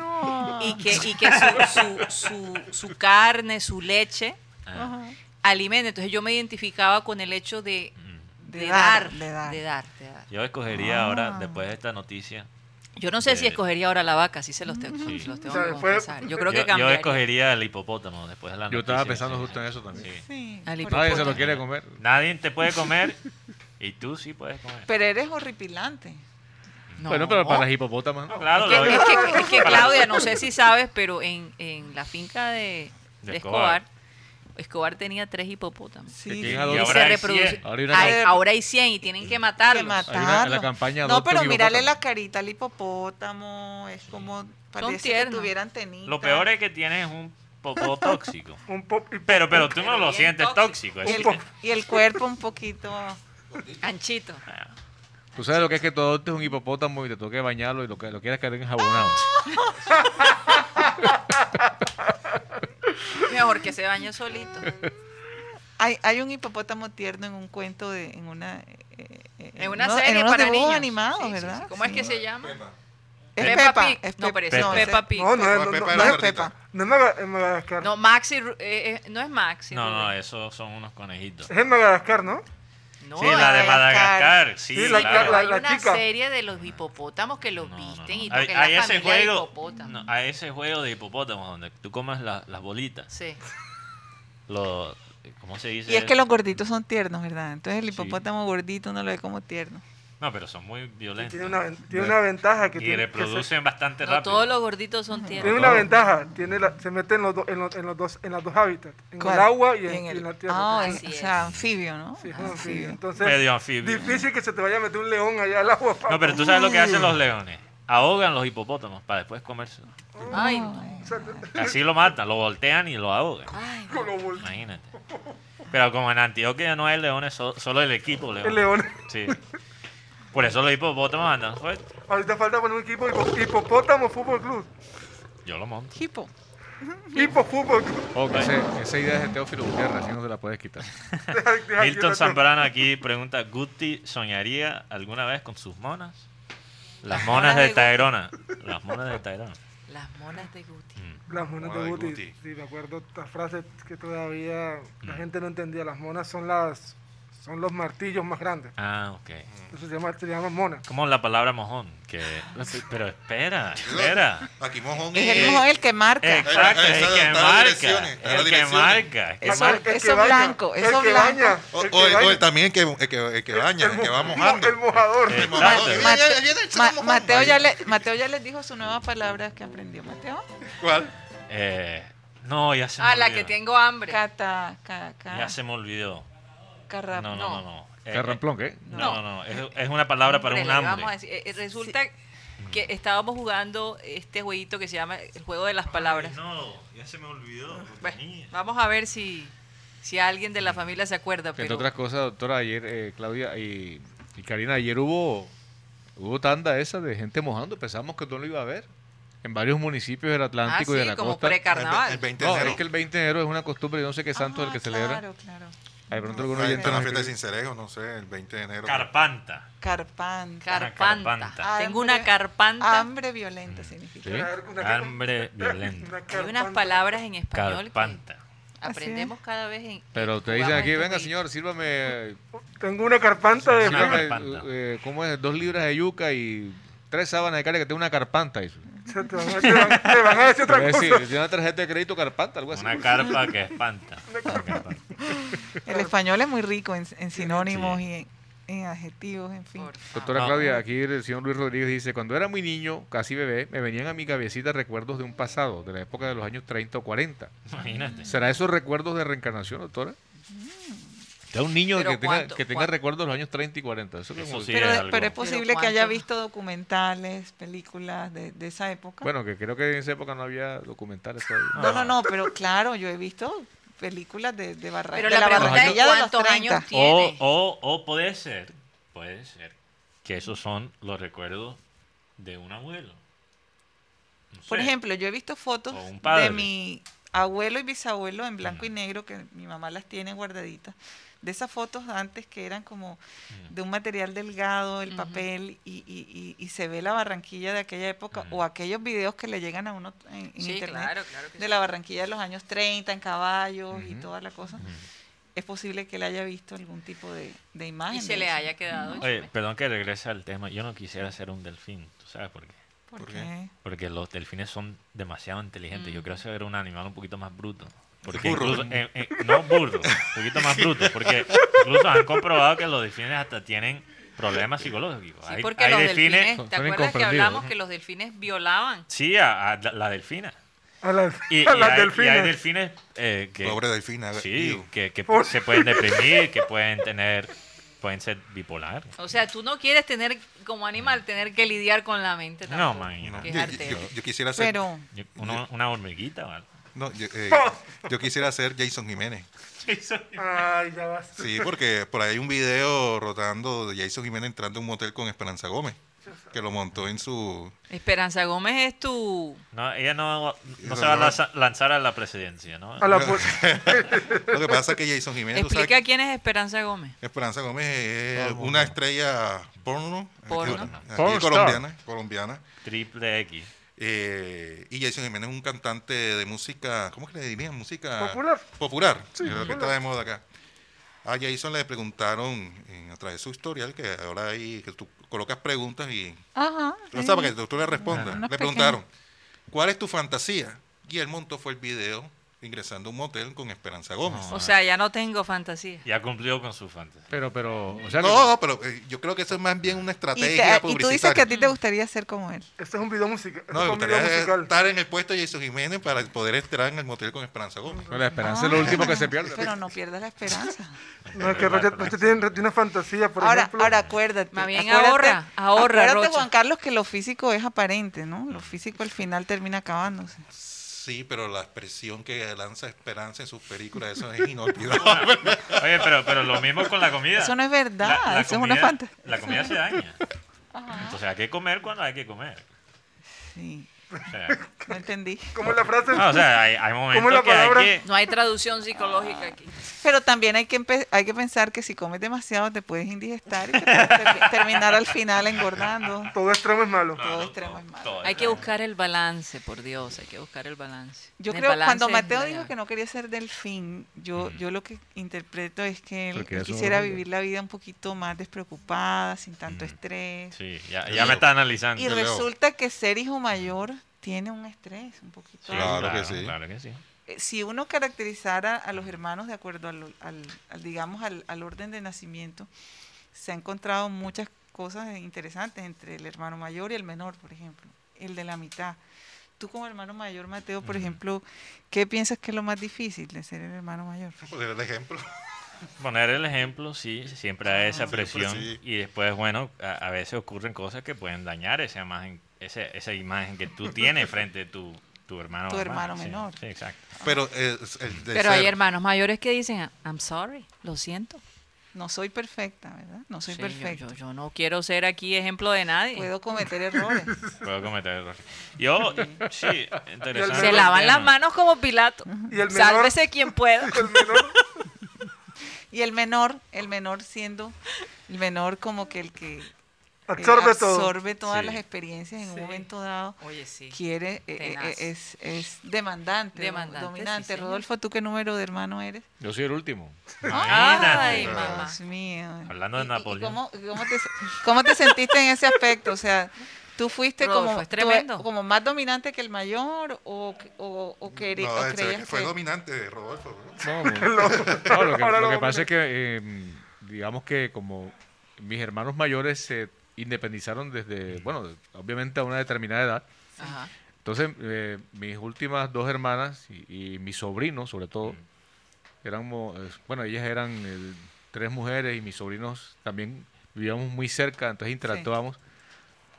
S7: Ah.
S3: Y que, y que su, su- su- su carne, su leche,
S5: Ah,
S3: alimenta. Entonces yo me identificaba con el hecho de,
S5: mm.
S3: de
S7: De dar,
S3: dar,
S7: de dar.
S3: de dar, de dar.
S5: Yo escogería
S7: Ah.
S5: ahora, después de esta noticia,
S3: Yo no sé si
S5: De-
S3: escogería ahora la vaca, si se los, te-
S5: Sí.
S3: se los tengo
S2: O sea,
S3: que
S2: fue-
S3: confesar. Yo creo
S5: yo,
S3: que
S5: yo
S3: cambiaría.
S5: escogería el hipopótamo después de la
S4: Yo estaba
S5: noticia,
S4: pensando
S5: sí.
S4: justo en eso también.
S5: Sí.
S7: Sí,
S3: Al
S7: ¿por
S4: Nadie
S7: qué?
S4: se lo quiere comer.
S5: Nadie te puede comer y tú sí puedes comer.
S7: pero eres horripilante
S3: No.
S4: Bueno, pero
S7: Oh.
S4: para las hipopótamas.
S5: No,
S4: ¿no?
S5: claro,
S3: Es
S5: lo
S3: que,
S5: digo.
S3: es que- es que, Claudia, no sé si sabes, pero en, en la finca de,
S5: De
S3: de
S5: Escobar.
S3: Escobar, Escobar tenía tres hipopótamos.
S7: sí,
S4: llega
S7: sí.
S4: a
S5: Y
S3: Y,
S5: ahora
S3: se
S5: hay
S3: reproducen.
S5: 100.
S4: Ahora hay una
S3: Ay,
S7: cam-
S3: ahora hay 100 y tienen que matarlos.
S7: Que
S4: Hay una, la
S7: matarlos.
S4: campaña
S7: no
S4: Adopta
S7: pero
S4: un
S7: mirarle
S4: hipopótamo.
S7: la carita al hipopótamo es como parece que
S3: tiernos.
S7: tuvieran tenido
S5: Lo peor es que tienes un poco tóxico.
S2: Un pop y
S5: Pero, pero tú no
S3: Pero
S5: lo
S3: bien
S5: sientes
S3: tóxico.
S5: tóxico.
S7: y
S5: es-
S7: el, y el cuerpo un poquito
S3: Anchito.
S4: Tú sabes lo que es que tú adoptes un hipopótamo y te toque bañarlo y lo que lo quieras caer enjabonado.
S7: Ah.
S3: Mejor que se bañe solito.
S7: Hay, hay un hipopótamo tierno en un cuento de en una eh, eh,
S3: Es una
S7: uno-
S3: serie
S7: unos
S3: para
S7: dibujos
S3: niños.
S7: animados,
S3: Sí, sí,
S7: ¿verdad?
S3: sí. ¿Cómo es que se llama?
S6: Pepa.
S7: Es
S3: Peppa
S7: Peppa,
S3: Pig.
S7: es
S3: No,
S7: Pep-
S3: pero ese es
S5: Peppa.
S3: Peppa Pig.
S2: No, no,
S6: Pepa,
S2: no,
S6: Pepa
S2: no,
S6: era
S2: no,
S6: gordita.
S2: no es Maga- en Madagascar.
S3: No, Maxi, Ru- eh, eh, no es Maxi.
S5: No, no,
S3: Rubén.
S5: esos son unos conejitos.
S2: Es en Madagascar, ¿no?
S3: No,
S5: Sí, la de
S7: Madagascar.
S5: Madagascar. Sí,
S2: Sí, la-
S5: claro.
S2: la-
S3: hay una
S2: chica.
S3: serie de los hipopótamos que los
S5: No, no,
S3: visten
S5: no.
S3: y
S5: Hay-
S3: tocan
S5: hay
S3: la
S5: ese
S3: familia de
S5: juego,
S3: hipopótamos.
S5: no, hay ese juego de hipopótamos donde tú comes la- las bolitas.
S3: Sí.
S5: Lo, ¿Cómo se dice?
S7: Y es que los gorditos son tiernos, ¿verdad? Entonces el
S5: Sí.
S7: hipopótamo gordito uno lo ve como tierno.
S5: No, pero son muy violentos.
S2: Tiene una, ven- tiene una ventaja que
S5: y
S2: tiene. que se-
S5: reproducen bastante
S3: No,
S5: rápido.
S3: todos los gorditos son
S2: tiene
S3: tiernos.
S2: una ventaja. Tiene la- se mete en los, do- en los, en los dos, en los dos hábitats. En
S7: ¿Cuál?
S2: el agua y en,
S7: En
S2: y
S7: el-
S2: en la tierra.
S7: Ah,
S3: Así
S7: en- o
S3: es.
S7: sea, anfibio, ¿no?
S2: Sí, es un
S7: Anfibio.
S2: anfibio. Entonces,
S5: Medio anfibio.
S2: difícil que se te vaya a meter un león allá al agua.
S5: No, pero tú sabes lo que hacen los leones. Ahogan los hipopótamos para después comerse.
S3: Ay, no.
S2: O sea, te-
S5: Así lo matan, lo voltean y lo ahogan.
S3: Ay,
S2: con los bol-
S5: Imagínate. Pero como en Antioquia no hay leones, so- solo el equipo león.
S2: el león.
S5: Sí. Por eso los hipopótamos andan fuerte.
S2: Ahorita falta poner un equipo hipo- hipopótamo fútbol club.
S5: Yo lo monto.
S7: Hipo.
S2: Hipo fútbol club.
S4: Oh, que ese- esa idea es de Teófilo Gutiérrez, así no te la puedes quitar.
S5: Eh,
S2: Deja- deja
S5: Milton
S2: quieto.
S5: Zambrano aquí pregunta, ¿Guti soñaría alguna vez con sus monas? Las
S3: Las
S5: monas
S3: monas
S5: de
S3: de
S5: Tayrona. Las monas de Tayrona.
S3: Las monas de Guti.
S2: Las monas
S6: Ay,
S2: de Guti.
S6: Guti.
S2: Sí, me acuerdo esta frase que todavía la
S5: Mm.
S2: gente no entendía. Las monas son las son los martillos más grandes.
S5: Ah, ok.
S2: Eso se llama, se llama mona.
S5: Como la palabra mojón. Que... Pero espera, espera.
S6: Aquí mojón
S7: Es el
S6: eh,
S7: mojón el que marca.
S5: Exacto,
S6: Ahí
S5: es el
S6: está,
S5: que
S6: está las
S5: marca.
S6: direcciones,
S5: Es
S6: está las
S5: el que
S6: direcciones.
S5: marca. es que
S7: Eso-
S5: marca.
S7: eso blanco, eso
S2: el que
S7: blanco.
S2: baña,
S6: O,
S2: el
S6: o
S2: que
S6: el- o el
S2: baña,
S6: también el que, el que, el que baña, el que va mojando.
S2: el mojador.
S5: Eh,
S6: mojón.
S5: Exacto.
S6: Ahí viene,
S7: Mate-
S6: ahí viene el chico
S7: Ma-
S6: mojón.
S7: Mateo, ya le, Mateo ya les dijo su nueva palabra que aprendió. Mateo,
S6: ¿Cuál?
S5: Eh, No, ya se me
S3: Ah, la
S5: olvidó.
S3: que tengo hambre.
S7: Cata, ca, ca-
S5: Ya se me olvidó.
S7: carrap-
S3: Ah,
S5: No, no, no. no. Eh,
S4: Carramplón, ¿qué?
S5: No, no, no. Es, es una palabra para un
S3: Hombre, le vamos a
S5: hambre.
S3: decir. Eh, eh, resulta que estábamos jugando este jueguito que se llama el juego de las palabras.
S5: No, ya se me olvidó.
S3: Bueno, vamos a ver si, si alguien de la familia se acuerda.
S4: Entre
S3: Pero
S4: otras cosas, doctora, ayer eh, Claudia y, y Karina, ayer hubo, hubo tanda esa de gente mojando. Pensamos que no lo iba a ver. En varios municipios del
S3: ah,
S4: Atlántico y de
S3: sí,
S4: la
S3: como
S4: costa.
S6: El, el
S3: precarnaval.
S6: 20 de
S4: No,
S6: enero.
S4: es que el 20 de enero es una costumbre, yo no sé qué santo es el
S7: Ah,
S4: que celebra.
S7: Claro, claro.
S4: Ay, de pronto
S7: No,
S4: alguno
S6: Ahí
S4: ya
S6: está la
S4: nos
S6: fiesta de
S4: escribe.
S6: Cincelejo, no sé, el 20 de enero.
S5: Carpanta.
S7: Carpanta.
S3: Carpanta.
S5: Ah, carpanta.
S2: Ah,
S3: Tengo una carpanta.
S7: Hambre
S4: Mm,
S7: violenta significa.
S4: ¿Sí?
S5: Hambre violenta.
S3: Hay unas palabras en español que
S5: Carpanta.
S3: aprendemos cada vez en.
S4: Pero te
S3: jugamos
S4: dicen aquí,
S3: este
S4: venga
S3: jueguito".
S4: señor, sírvame,
S2: Tengo una carpanta de
S5: Una
S4: sírvame,
S5: carpanta.
S4: eh, ¿cómo es? Dos libras de yuca y tres sábanas de carne que tengo una carpanta. Eso.
S2: Se te, van, a- te van- te van a decir
S4: Es
S2: otra
S4: decir,
S2: cosa.
S4: tiene una tarjeta de crédito carpanta,
S6: Pues
S4: algo así.
S5: Una carpa que espanta.
S7: El español es muy rico en, en sinónimos
S5: Sí.
S7: y en, en adjetivos, en fin.
S3: Por favor.
S4: Doctora
S5: Ah.
S4: Claudia, aquí el señor Luis Rodríguez dice, cuando era muy niño, casi bebé, me venían a mi cabecita recuerdos de un pasado, de la época de los años 30 o 40.
S5: Imagínate.
S4: ¿Será esos recuerdos de reencarnación, doctora? Mm. Ya un niño
S3: Pero
S4: que tenga,
S3: cuánto-
S4: que tenga
S3: cuánto-
S4: recuerdos de los años 30 y 40. Eso que
S5: Eso
S4: como-
S5: sí.
S7: pero,
S5: es
S7: es
S5: algo.
S7: pero es posible que
S3: Pero
S7: haya
S3: cuánto-
S7: visto documentales, películas de, de esa época.
S4: Bueno, que creo que en esa época no había documentales todavía.
S7: no, no, no, pero claro, yo he visto películas de, de barra-
S3: Pero
S7: de
S3: la
S7: la
S3: pregunta es
S7: barranquilla de los
S3: cuántos años
S7: 30.
S5: O,
S3: tiene.
S5: o, o puede ser, puede ser, que esos son los recuerdos de un abuelo. No
S7: Por
S5: sé.
S7: ejemplo, yo he visto fotos
S5: O un padre.
S7: de mi abuelo y bisabuelo en blanco y
S5: Mm.
S7: negro, que mi mamá las tiene guardaditas, de esas fotos antes que eran como
S5: Mm.
S7: de un material delgado, el
S3: Ujú.
S7: papel, y, y- y- y se ve la barranquilla de aquella época,
S5: Ujú.
S7: o aquellos videos que le llegan a uno en, en
S3: Sí,
S7: internet,
S3: claro, claro que
S7: de
S3: sí.
S7: la barranquilla de los años 30, en caballos y
S4: Ujú.
S7: toda la cosa. Es posible que le haya visto algún tipo de, de imagen.
S3: Y
S7: de
S3: se le
S7: eso.
S3: haya quedado.
S5: Oye, perdón que regrese al tema. Yo no quisiera ser un delfín, ¿tú sabes por qué?
S7: ¿Por
S6: ¿Por qué?
S7: qué?
S5: Porque los delfines son demasiado inteligentes.
S3: Mm.
S5: Yo quiero ser un animal un poquito más bruto. Porque
S6: Burro.
S5: incluso- eh, eh, no burro, un poquito más bruto. Porque incluso han comprobado que los delfines hasta tienen problemas psicológicos.
S3: Sí,
S5: Hay-
S3: porque
S5: hay
S3: los
S5: delfines-
S3: delfines,
S4: son-
S3: ¿te
S4: son
S3: acuerdas que
S4: incomprendidos,
S3: hablamos
S4: ¿no?
S3: que los delfines violaban?
S5: Sí, a, a la, la delfina.
S2: A las,
S5: Y, y
S2: a
S5: hay,
S2: las
S5: y hay
S2: delfines.
S5: delfines eh, que,
S6: Pobre delfina.
S5: sí,
S6: Iu.
S5: que, que
S2: Por-
S5: se pueden deprimir, que pueden tener, pueden ser bipolares.
S3: O sea, tú no quieres tener como animal tener que lidiar con la mente.
S5: No,
S3: Tampoco.
S5: man.
S6: No,
S3: Qué
S6: yo, yo-
S3: artero.
S6: yo- yo quisiera ser.
S7: Pero,
S5: Yo- una, una hormiguita, ¿vale?
S6: no, yo, eh, yo quisiera ser Jason Jiménez.
S2: Ay, ya vas.
S6: Sí, porque por ahí hay un video rotando de Jason Jiménez entrando a un motel con Esperanza Gómez, que lo montó en su.
S3: Esperanza Gómez es tu...
S5: No, ella no, no se
S6: Eso
S5: va a
S6: no.
S5: lanza- lanzar a la presidencia, ¿no?
S2: A la este pu-
S6: Lo que pasa es que Jason Jiménez, tú sabes,
S3: Explica quién es Esperanza Gómez.
S6: Esperanza Gómez es
S4: Vamos,
S6: una
S4: no.
S6: estrella porno, aquí-
S3: Porno.
S6: aquí
S4: Pornstar.
S6: colombiana, colombiana.
S5: Triple X.
S6: Eh, y Jason Jiménez es un cantante de música, ¿cómo que le dirían? Música
S2: Popular.
S6: Popular,
S2: Sí,
S6: es lo que
S2: popular.
S6: está de moda acá. A Jason le preguntaron eh, a través de su historial, que ahora ahí que tú colocas preguntas y
S7: ajá.
S6: tú
S7: eh,
S6: sabes para que tú le respondas.
S7: Unos
S6: Le preguntaron, ¿cuál es tu fantasía? Y él montó fue el video ingresando a un motel con Esperanza Gómez.
S7: Ah,
S5: No.
S3: O sea, ya no tengo fantasía.
S5: Ya cumplió con su fantasía.
S4: Pero, pero, o sea, que-
S6: No, pero eh, yo creo que eso es más bien una
S7: Y, te-
S6: estrategia
S7: y tú dices que a
S6: publicitaria.
S7: ti te gustaría ser como él.
S2: Este es un video musical.
S6: No, me
S2: es un video
S6: gustaría
S2: musical.
S6: estar en el puesto de Jason Jiménez para poder entrar en el motel con Esperanza Gómez.
S4: no, la esperanza es lo último que se pierde.
S7: Pero no pierdas la esperanza.
S2: No, es que Rocha, Rocha tiene, tiene una fantasía, por
S7: ahora,
S2: ejemplo.
S7: ahora acuérdate.
S3: Más bien
S7: acuérdate-
S3: ahorra, ahorra,
S7: Acuérdate,
S3: Rocha.
S7: Juan Carlos, que lo físico es aparente, ¿no? Lo físico al final termina acabándose.
S6: Sí, pero la expresión que lanza Esperanza en sus películas, eso es inolvidable.
S5: Oye, pero, pero lo mismo con la comida.
S7: Eso no es verdad,
S5: La- la
S7: eso es una
S5: comida-
S7: fantasía.
S5: La comida se daña. Entonces hay que comer cuando hay que comer.
S7: Sí,
S5: O sea,
S7: no entendí.
S2: ¿Cómo es la frase?
S5: no, o sea, hay, hay momentos
S2: la
S5: que hay
S2: palabra?
S5: que...
S3: No hay traducción psicológica aquí.
S7: Pero también hay que, empe- hay que pensar que si comes demasiado te puedes indigestar y te puedes ter- terminar al final engordando.
S2: Todo extremo es malo.
S7: Todo extremo es malo.
S5: todo
S3: Hay
S5: es
S3: que
S5: malo.
S3: buscar el balance, por Dios, hay que buscar el balance.
S7: Yo
S3: El
S7: creo que
S3: balance
S7: cuando
S3: es
S7: Mateo
S3: la
S7: dijo
S3: llave.
S7: que no quería ser delfín, yo, yo lo que interpreto es que él,
S4: Mm. Porque
S7: él
S4: eso es
S7: quisiera
S4: horrible.
S7: vivir la vida un poquito más despreocupada, sin tanto
S5: Mm.
S7: estrés.
S5: Sí, ya,
S6: Yo
S5: ya me
S6: leo.
S5: está analizando.
S7: Y
S6: Yo leo.
S7: resulta que ser hijo mayor tiene un estrés un poquito.
S5: Sí,
S6: Claro que sí.
S5: Claro que sí.
S7: Eh, Si uno caracterizara a los hermanos de acuerdo al, al- al, digamos, al, al orden de nacimiento, se han encontrado muchas cosas interesantes entre el hermano mayor y el menor, por ejemplo, el de la mitad. tú como hermano mayor, Mateo, por ejemplo, ¿qué piensas que es lo más difícil de ser el hermano mayor?
S6: Poner el ejemplo.
S5: Poner el ejemplo, sí, siempre hay esa
S6: Siempre
S5: presión.
S6: sí.
S5: Y después, bueno, a, a veces ocurren cosas que pueden dañar esa imagen, ese- esa imagen que tú tienes frente a tu, tu hermano.
S7: Tu
S5: o
S7: hermano
S5: hermana, sí,
S7: menor.
S5: sí, exacto.
S6: Pero eh, es el de
S3: Pero hay
S6: ser-
S3: hermanos mayores que dicen, I'm sorry, lo siento.
S7: No soy perfecta, ¿verdad? No soy
S3: Sí, yo-
S7: perfecta.
S3: Yo, yo no quiero ser aquí ejemplo de nadie.
S7: Puedo cometer errores.
S5: Puedo cometer errores. Yo, sí, interesante.
S3: Se lavan
S5: el
S3: las
S5: tema.
S3: manos como Pilato.
S2: Y el menor-
S3: Sálvese quien pueda.
S2: El menor,
S7: Y el menor, el menor siendo, el menor como que el que eh,
S2: absorbe todo.
S7: absorbe todas
S5: Sí.
S7: las experiencias en
S3: Sí.
S7: un momento dado.
S3: Oye, sí.
S7: Quiere, eh, eh,
S3: Tenaz.
S7: es, es demandante, dom-
S3: Demandante, sí,
S7: dominante.
S3: señor.
S7: Rodolfo, ¿tú qué número de hermano eres?
S4: Yo soy el último.
S3: Ay,
S5: Imagínate.
S3: mamá.
S7: Dios mío.
S5: Hablando de
S7: ¿Y- y- y
S5: Napoleón.
S7: cómo, cómo te, cómo te sentiste en ese aspecto? O sea, ¿tú fuiste
S3: Rodolfo,
S7: como,
S3: es
S7: tú-
S3: tremendo.
S7: como más dominante que el mayor o, que- o, o que eres-
S6: No,
S7: o
S6: se ve que
S7: creías
S6: fue
S7: que-
S6: dominante, Rodolfo. ¿no?
S4: No, no, lo que, lo
S2: Ahora lo
S4: que
S2: vamos a
S4: pasa es que, eh, digamos que como mis hermanos mayores se independizaron desde, bueno, obviamente a una determinada edad,
S3: Ajá.
S4: entonces eh, mis últimas dos hermanas y, y mi sobrino, sobre todo, eran, bueno, ellas eran eh, tres mujeres y mis sobrinos también vivíamos muy cerca, entonces interactuábamos.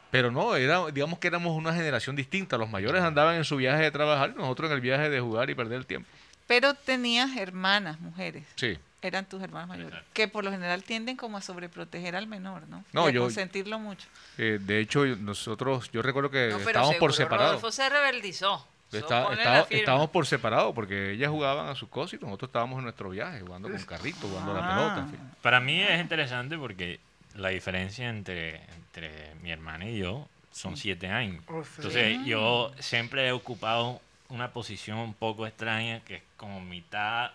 S4: Pero no, era, digamos que éramos una generación distinta. Los mayores andaban en su viaje de trabajar, nosotros en el viaje de jugar y perder el tiempo.
S7: Pero tenías hermanas, mujeres.
S4: Sí.
S7: Eran tus hermanas mayores. Que por lo general tienden como a sobreproteger al menor, ¿no?
S4: No,
S7: y a
S4: yo-
S7: consentirlo mucho.
S4: Eh, de hecho, yo- nosotros, yo recuerdo que
S3: No, pero
S4: estábamos Eh, por
S3: seguro
S4: separado.
S3: Rodolfo se rebeldizó. Eso
S4: Está-
S3: ponle
S4: está-
S3: la firma.
S4: estábamos por separado porque ellas jugaban a sus cosas y nosotros estábamos en nuestro viaje jugando con carrito, jugando a la
S6: Ah.
S4: pelota. en fin.
S5: Para mí es interesante porque la diferencia entre, entre mi hermana y yo son siete años.
S6: Oh,
S2: O sea,
S3: Mm.
S5: Entonces yo siempre he ocupado una posición un poco extraña que es como mitad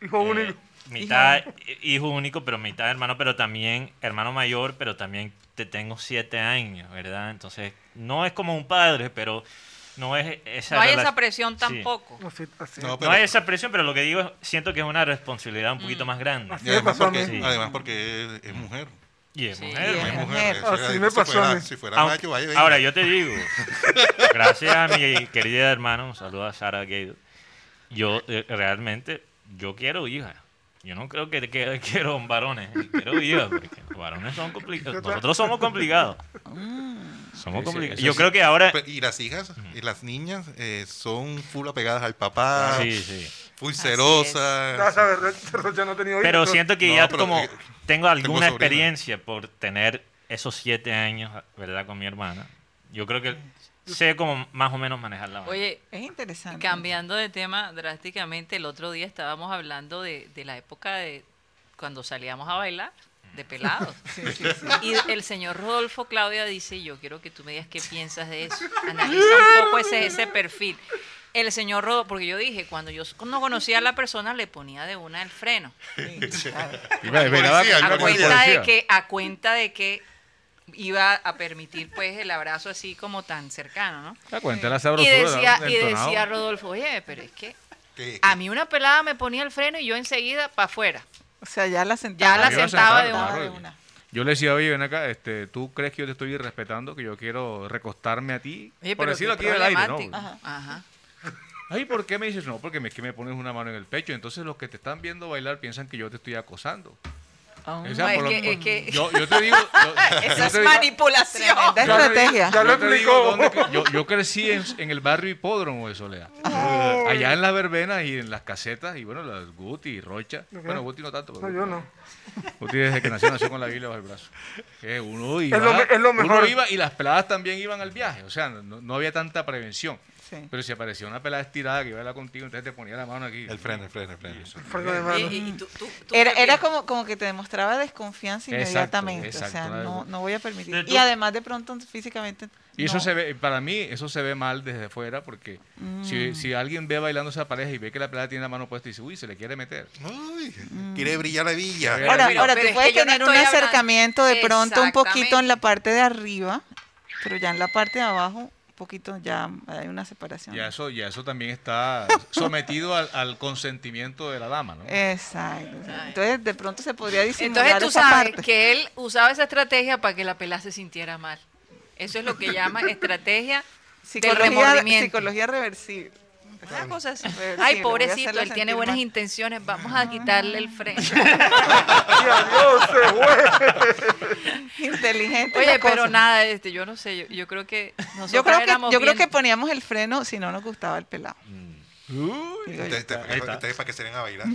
S2: hijo
S5: eh,
S2: único.
S5: mitad hi- hijo único, pero mitad hermano, pero también hermano mayor, pero también te tengo siete años, ¿verdad? Entonces, no es como un padre, pero no es esa
S3: No hay
S5: rela-
S3: esa presión
S5: Sí.
S3: tampoco.
S2: No, sí, así
S6: No,
S2: es.
S5: No hay esa presión, pero lo que digo es, siento que es una responsabilidad un
S3: Mm.
S5: poquito más grande.
S6: Y además,
S2: pasó a
S6: porque,
S5: mí.
S6: además porque es, es mujer.
S5: Y es
S3: Sí.
S5: mujer.
S7: Y es
S6: Es
S5: ¿no?
S7: mujer.
S6: mujer. eso era
S2: Así me
S6: difícil.
S2: pasó
S6: si
S2: a
S6: fuera,
S2: mí.
S6: si fuera
S5: Aunque-
S6: macho, vaya. venga.
S5: ahora, yo te digo, gracias a mi querida hermana, un saludo a Sara Gay, yo eh, realmente, yo quiero hijas. Yo no creo que, que- quiero varones, quiero hijas, porque los varones son complicados. Nosotros somos complicados. Somos
S4: Sí, sí,
S5: complicados.
S4: eso
S5: Yo
S4: sí.
S5: creo que ahora...
S6: Pe- Y las hijas, y las niñas eh, son full apegadas al papá,
S5: Ah, Sí, sí.
S6: full
S3: es.
S2: Ya
S6: celosas.
S2: sabes, Red- Red ya no tenía
S5: Pero
S2: hijos.
S5: siento que
S6: No,
S5: ya
S6: pero,
S5: como
S6: eh,
S5: tengo alguna
S6: sobrina.
S5: experiencia por tener esos siete años, ¿verdad? Con mi hermana. Yo creo que sé como más o menos manejar la vaina.
S3: Oye,
S7: Es interesante.
S3: Cambiando de tema drásticamente, el otro día estábamos hablando de, de la época de cuando salíamos a bailar, de pelados. Y el señor Rodolfo Claudia dice, yo quiero que tú me digas qué piensas de eso. Analiza un poco ese, ese perfil. El señor Rodolfo, porque yo dije, cuando yo no conocía a la persona, le ponía de una el freno.
S7: Sí, claro.
S4: Y me desvelaba
S6: policía,
S4: con-
S3: A
S6: Algo
S4: con el
S3: cuenta de
S4: policía.
S3: que, a cuenta de que iba a permitir pues el abrazo así como tan cercano, ¿no?
S4: La cuenta la
S3: Y
S4: sabrosura,
S3: decía,
S4: el
S3: y
S4: tonado.
S3: decía Rodolfo, oye, pero es que
S6: Que-
S3: a mí una pelada me ponía el freno y yo enseguida para afuera.
S7: O sea, ya
S3: Ya
S7: la sentaba.
S3: la
S4: Yo la
S3: sentaba de
S4: sentaba,
S3: una.
S4: claro. Yo le decía, oye, ven acá, este, ¿tú crees que yo te estoy respetando, que yo quiero recostarme a ti?
S3: Oye,
S4: Por
S3: pero
S4: decirlo aquí
S3: qué
S4: del aire, ¿no?
S3: problemático.
S7: Ajá.
S3: Ajá.
S4: Ay, ¿por qué me dices? No, porque me, es que me pones una mano en el pecho. Entonces los que te están viendo bailar piensan que yo te estoy acosando.
S7: Oh.
S4: O sea,
S3: No, es
S4: por lo-
S3: que-
S4: por-
S3: es que-
S4: Yo, yo te digo... yo- yo
S3: Esa es
S4: te digo-
S3: manipulación.
S4: yo
S7: Tremenda
S4: te digo-
S7: estrategia.
S2: Ya lo
S4: yo te digo
S2: explicó.
S4: dónde cre- yo, yo crecí en, en el barrio Hipódromo de Soledad. Allá en las verbenas y en las casetas. Y bueno, las Guti y Rocha. Bueno, Guti no tanto. pero
S2: No, yo no.
S4: Guti desde que nació, nació con la Biblia bajo el brazo. Que uno iba,
S2: lo me- es lo
S4: uno
S2: mejor.
S4: iba y las peladas también iban al viaje. O sea, no, no había tanta prevención.
S7: Sí.
S4: Pero si aparecía una pelada estirada que iba a hablar contigo, entonces te ponía la mano aquí.
S6: El freno, el freno, el freno.
S2: Freno de mano.
S3: Y- y- y tú- tú- tú
S7: Era,
S3: qué
S7: era
S3: piensas?
S7: como, como que te demostraba desconfianza
S4: Exacto,
S7: inmediatamente. o sea,
S4: exacto.
S7: no, no voy a permitir.
S5: De
S7: Y
S5: tu-
S7: además, de pronto, físicamente.
S4: Y eso
S7: no.
S4: se ve, para mí, eso se ve mal desde fuera porque si, si alguien ve bailando esa pareja y ve que la pelada tiene la mano puesta y dice, uy, se le quiere meter.
S6: Ay,
S3: Mm.
S6: quiere brillar la villa.
S4: Ahora-
S7: Ahora,
S4: Pero-
S7: ahora
S3: pero
S7: tú
S3: es
S7: puedes
S3: que yo no
S7: tener un
S3: estoy hablando-
S7: acercamiento de pronto un poquito en
S3: Exactamente.
S7: la parte de arriba, pero ya en la parte de abajo, un poquito ya hay una separación.
S4: Ya eso, ya eso también está sometido al, al consentimiento de la dama, ¿no?
S7: Eh. Exacto. Entonces, de pronto se podría disimular
S3: Entonces tú
S7: esa
S3: sabes
S7: parte.
S3: que él usaba esa estrategia para que la pelada se sintiera mal. Eso es lo que llama estrategia
S7: Psicología,
S3: remordimiento.
S7: psicología reversible.
S3: Una cosa así.
S7: Reversible, voy
S3: Ay,
S7: a
S3: pobrecito,
S7: hacerla
S3: él tiene
S7: sentir
S3: buenas
S7: mal.
S3: intenciones. Vamos a quitarle el freno.
S2: Y adiós, se fue.
S7: Inteligente. la
S3: Oye,
S7: cosa.
S3: pero nada, este, yo no sé. Yo, yo creo que nosotros
S7: Yo creo
S3: éramos
S7: que, yo creo
S3: bien-
S7: que poníamos el freno si no nos gustaba el pelado. Digo yo.
S6: Ustedes-
S5: Ahí
S6: Ustedes
S5: está.
S6: ustedes para que se den a bailar.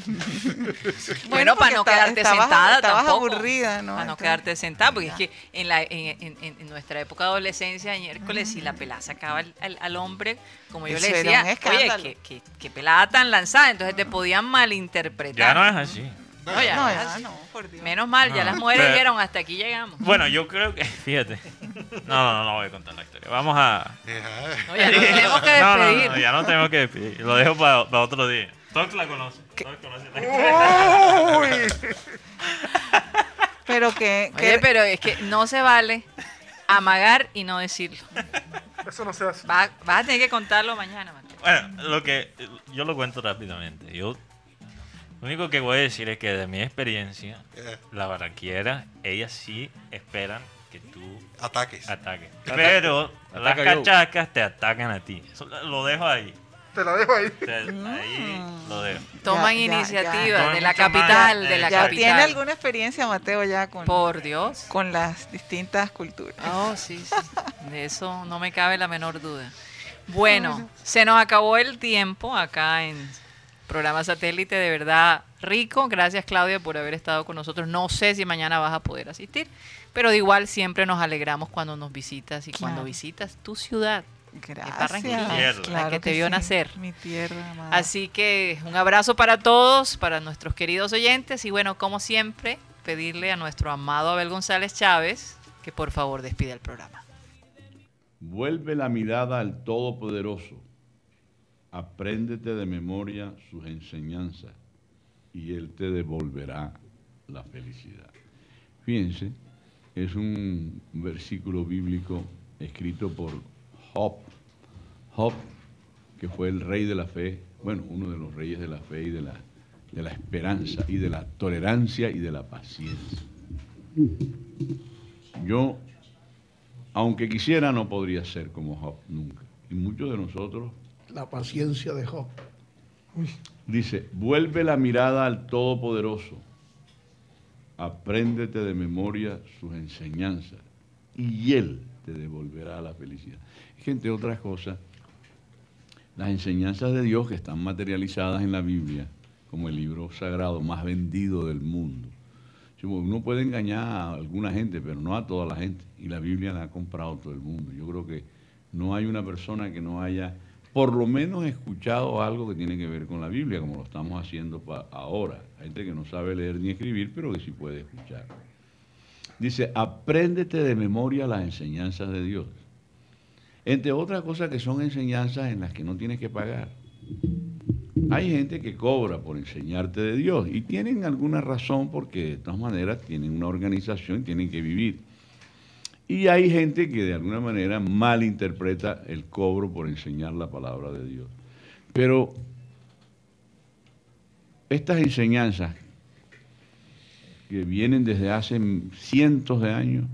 S3: Bueno, para
S7: porque
S3: no
S7: esta-
S3: quedarte
S7: estabas-
S3: sentada
S7: estabas
S3: tampoco. Para
S7: aburrida, ¿no?
S3: no
S7: Entonces-
S3: quedarte sentada, porque es que en, la, en, en- en- en nuestra época de adolescencia, en miércoles, si la pelada sacaba al, al- al hombre, como yo
S7: Eso
S3: le
S7: era
S3: decía,
S7: un
S3: oye,
S7: escándalo".
S3: que, que, que pelada tan lanzada, entonces te podían malinterpretar.
S5: Ya no es así.
S3: No, ya
S7: No,
S3: no es
S7: ya
S3: así.
S7: no, por Dios.
S3: Menos mal, ya
S5: Ah.
S3: las mujeres
S5: Pero-
S3: dijeron, hasta aquí llegamos.
S5: Bueno, yo creo que. Fíjate. No, no, no voy a contar la historia. Vamos a.
S6: Ajá.
S3: No, ya nos tenemos que
S5: No, no, no,
S3: despedir.
S5: ya no tenemos que despedir. Lo dejo para otro día. Tox la conoce. Tox conoce la historia.
S2: Uy.
S7: Pero que,
S3: Oye,
S7: que-
S3: pero es que no se vale amagar y no decirlo.
S2: Eso no se hace.
S3: Va- vas a tener que contarlo mañana, Mateo.
S5: Bueno, lo que yo lo cuento rápidamente. Yo lo único que voy a decir es que de mi experiencia,
S6: É,
S5: la barranquiera, ellas sí esperan que tú
S6: Ataques.
S5: ataques. Pero las
S4: Ataca yo.
S5: cachacas te atacan a ti. Eso lo dejo ahí.
S2: Te la dejo ahí.
S5: O sea,
S3: Mm.
S5: Ahí lo dejo.
S3: Toman
S7: ya, ya.
S3: iniciativa
S5: Toman
S3: de la
S5: mucho más,
S3: capital,
S5: eh,
S3: de la
S5: ya
S7: ya
S3: capital.
S7: tiene alguna experiencia, Mateo, ya con,
S3: Por Dios.
S7: con las distintas culturas.
S3: Oh, sí, sí. De eso no me cabe la menor duda. Bueno, se nos acabó el tiempo acá en programa satélite, de verdad rico. Gracias Claudia por haber estado con nosotros. No sé si mañana vas a poder asistir, pero de igual siempre nos alegramos cuando nos visitas y cuando
S7: Claro.
S3: visitas tu ciudad.
S7: Gracias.
S3: Barranquilla,
S5: Mi tierra.
S7: claro
S3: la que te vio
S7: sí,
S3: nacer.
S7: Mi tierra, amada.
S3: Así que un abrazo para todos, para nuestros queridos oyentes y bueno, como siempre, pedirle a nuestro amado Abel González Chávez que por favor despida el programa.
S8: Vuelve la mirada al Todopoderoso. Apréndete de memoria sus enseñanzas y Él te devolverá la felicidad. Fíjense, es un versículo bíblico escrito por Job. Job, que fue el rey de la fe, bueno, uno de los reyes de la fe y de la, de la esperanza y de la tolerancia y de la paciencia. Yo aunque quisiera, no podría ser como Job nunca. Y muchos de nosotros
S9: La paciencia de Job.
S8: dice, vuelve la mirada al Todopoderoso, apréndete de memoria sus enseñanzas y Él te devolverá la felicidad. Es que, entre otras cosas, las enseñanzas de Dios que están materializadas en la Biblia, como el libro sagrado más vendido del mundo. Sí, porque Uno puede engañar a alguna gente, pero no a toda la gente. Y la Biblia la ha comprado todo el mundo. Yo creo que no hay una persona que no haya por lo menos escuchado algo que tiene que ver con la Biblia, como lo estamos haciendo pa- ahora. Gente que no sabe leer ni escribir, pero que sí puede escuchar. Dice, apréndete de memoria las enseñanzas de Dios. Entre otras cosas que son enseñanzas en las que no tienes que pagar. Hay gente que cobra por enseñarte de Dios y tienen alguna razón porque de todas maneras tienen una organización, tienen que vivir. Y hay gente que de alguna manera malinterpreta el cobro por enseñar la palabra de Dios. Pero estas enseñanzas que vienen desde hace cientos de años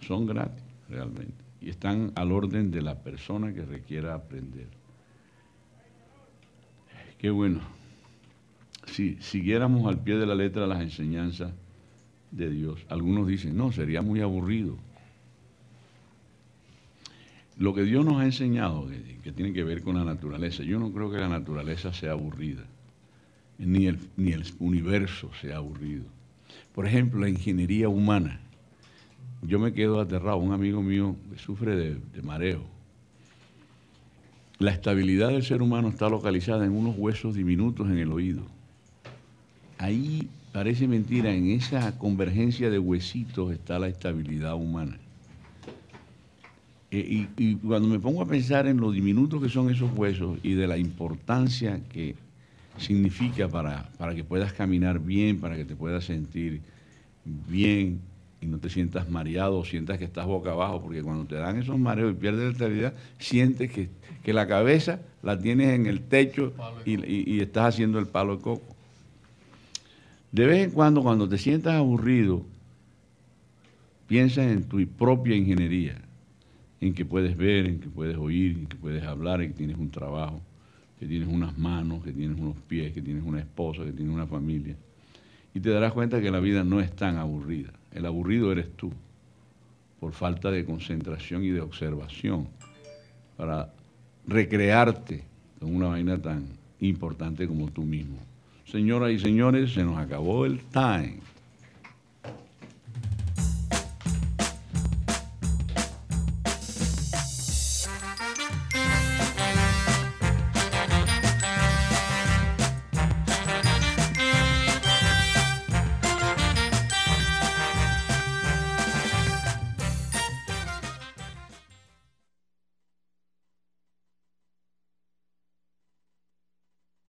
S8: son gratis realmente y están al orden de la persona que requiera aprender. Qué bueno. Si siguiéramos al pie de la letra las enseñanzas de Dios, algunos dicen, no, sería muy aburrido. Lo que Dios nos ha enseñado, que, que tiene que ver con la naturaleza, yo no creo que la naturaleza sea aburrida, ni el, ni el universo sea aburrido. Por ejemplo, la ingeniería humana. Yo me quedo aterrado, un amigo mío que sufre de- de mareo, la estabilidad del ser humano está localizada en unos huesos diminutos en el oído. Ahí parece mentira, en esa convergencia de huesitos está la estabilidad humana. E- Y, y cuando me pongo a pensar en lo diminutos que son esos huesos y de la importancia que significa para, para que puedas caminar bien, para que te puedas sentir bien y no te sientas mareado o sientas que estás boca abajo, porque cuando te dan esos mareos y pierdes la estabilidad, sientes que, que la cabeza la tienes en el techo y, y- y estás haciendo el palo de coco. De vez en cuando, cuando te sientas aburrido, piensa en tu propia ingeniería,
S6: en que puedes ver, en que puedes oír, en que puedes hablar, en que tienes un trabajo, que tienes unas manos, que tienes unos pies, que tienes una esposa, que tienes una familia. Y te darás cuenta que la vida no es tan aburrida. El aburrido eres tú, por falta de concentración y de observación, para recrearte con una vaina tan importante como tú mismo. Señoras y señores, se nos acabó el time.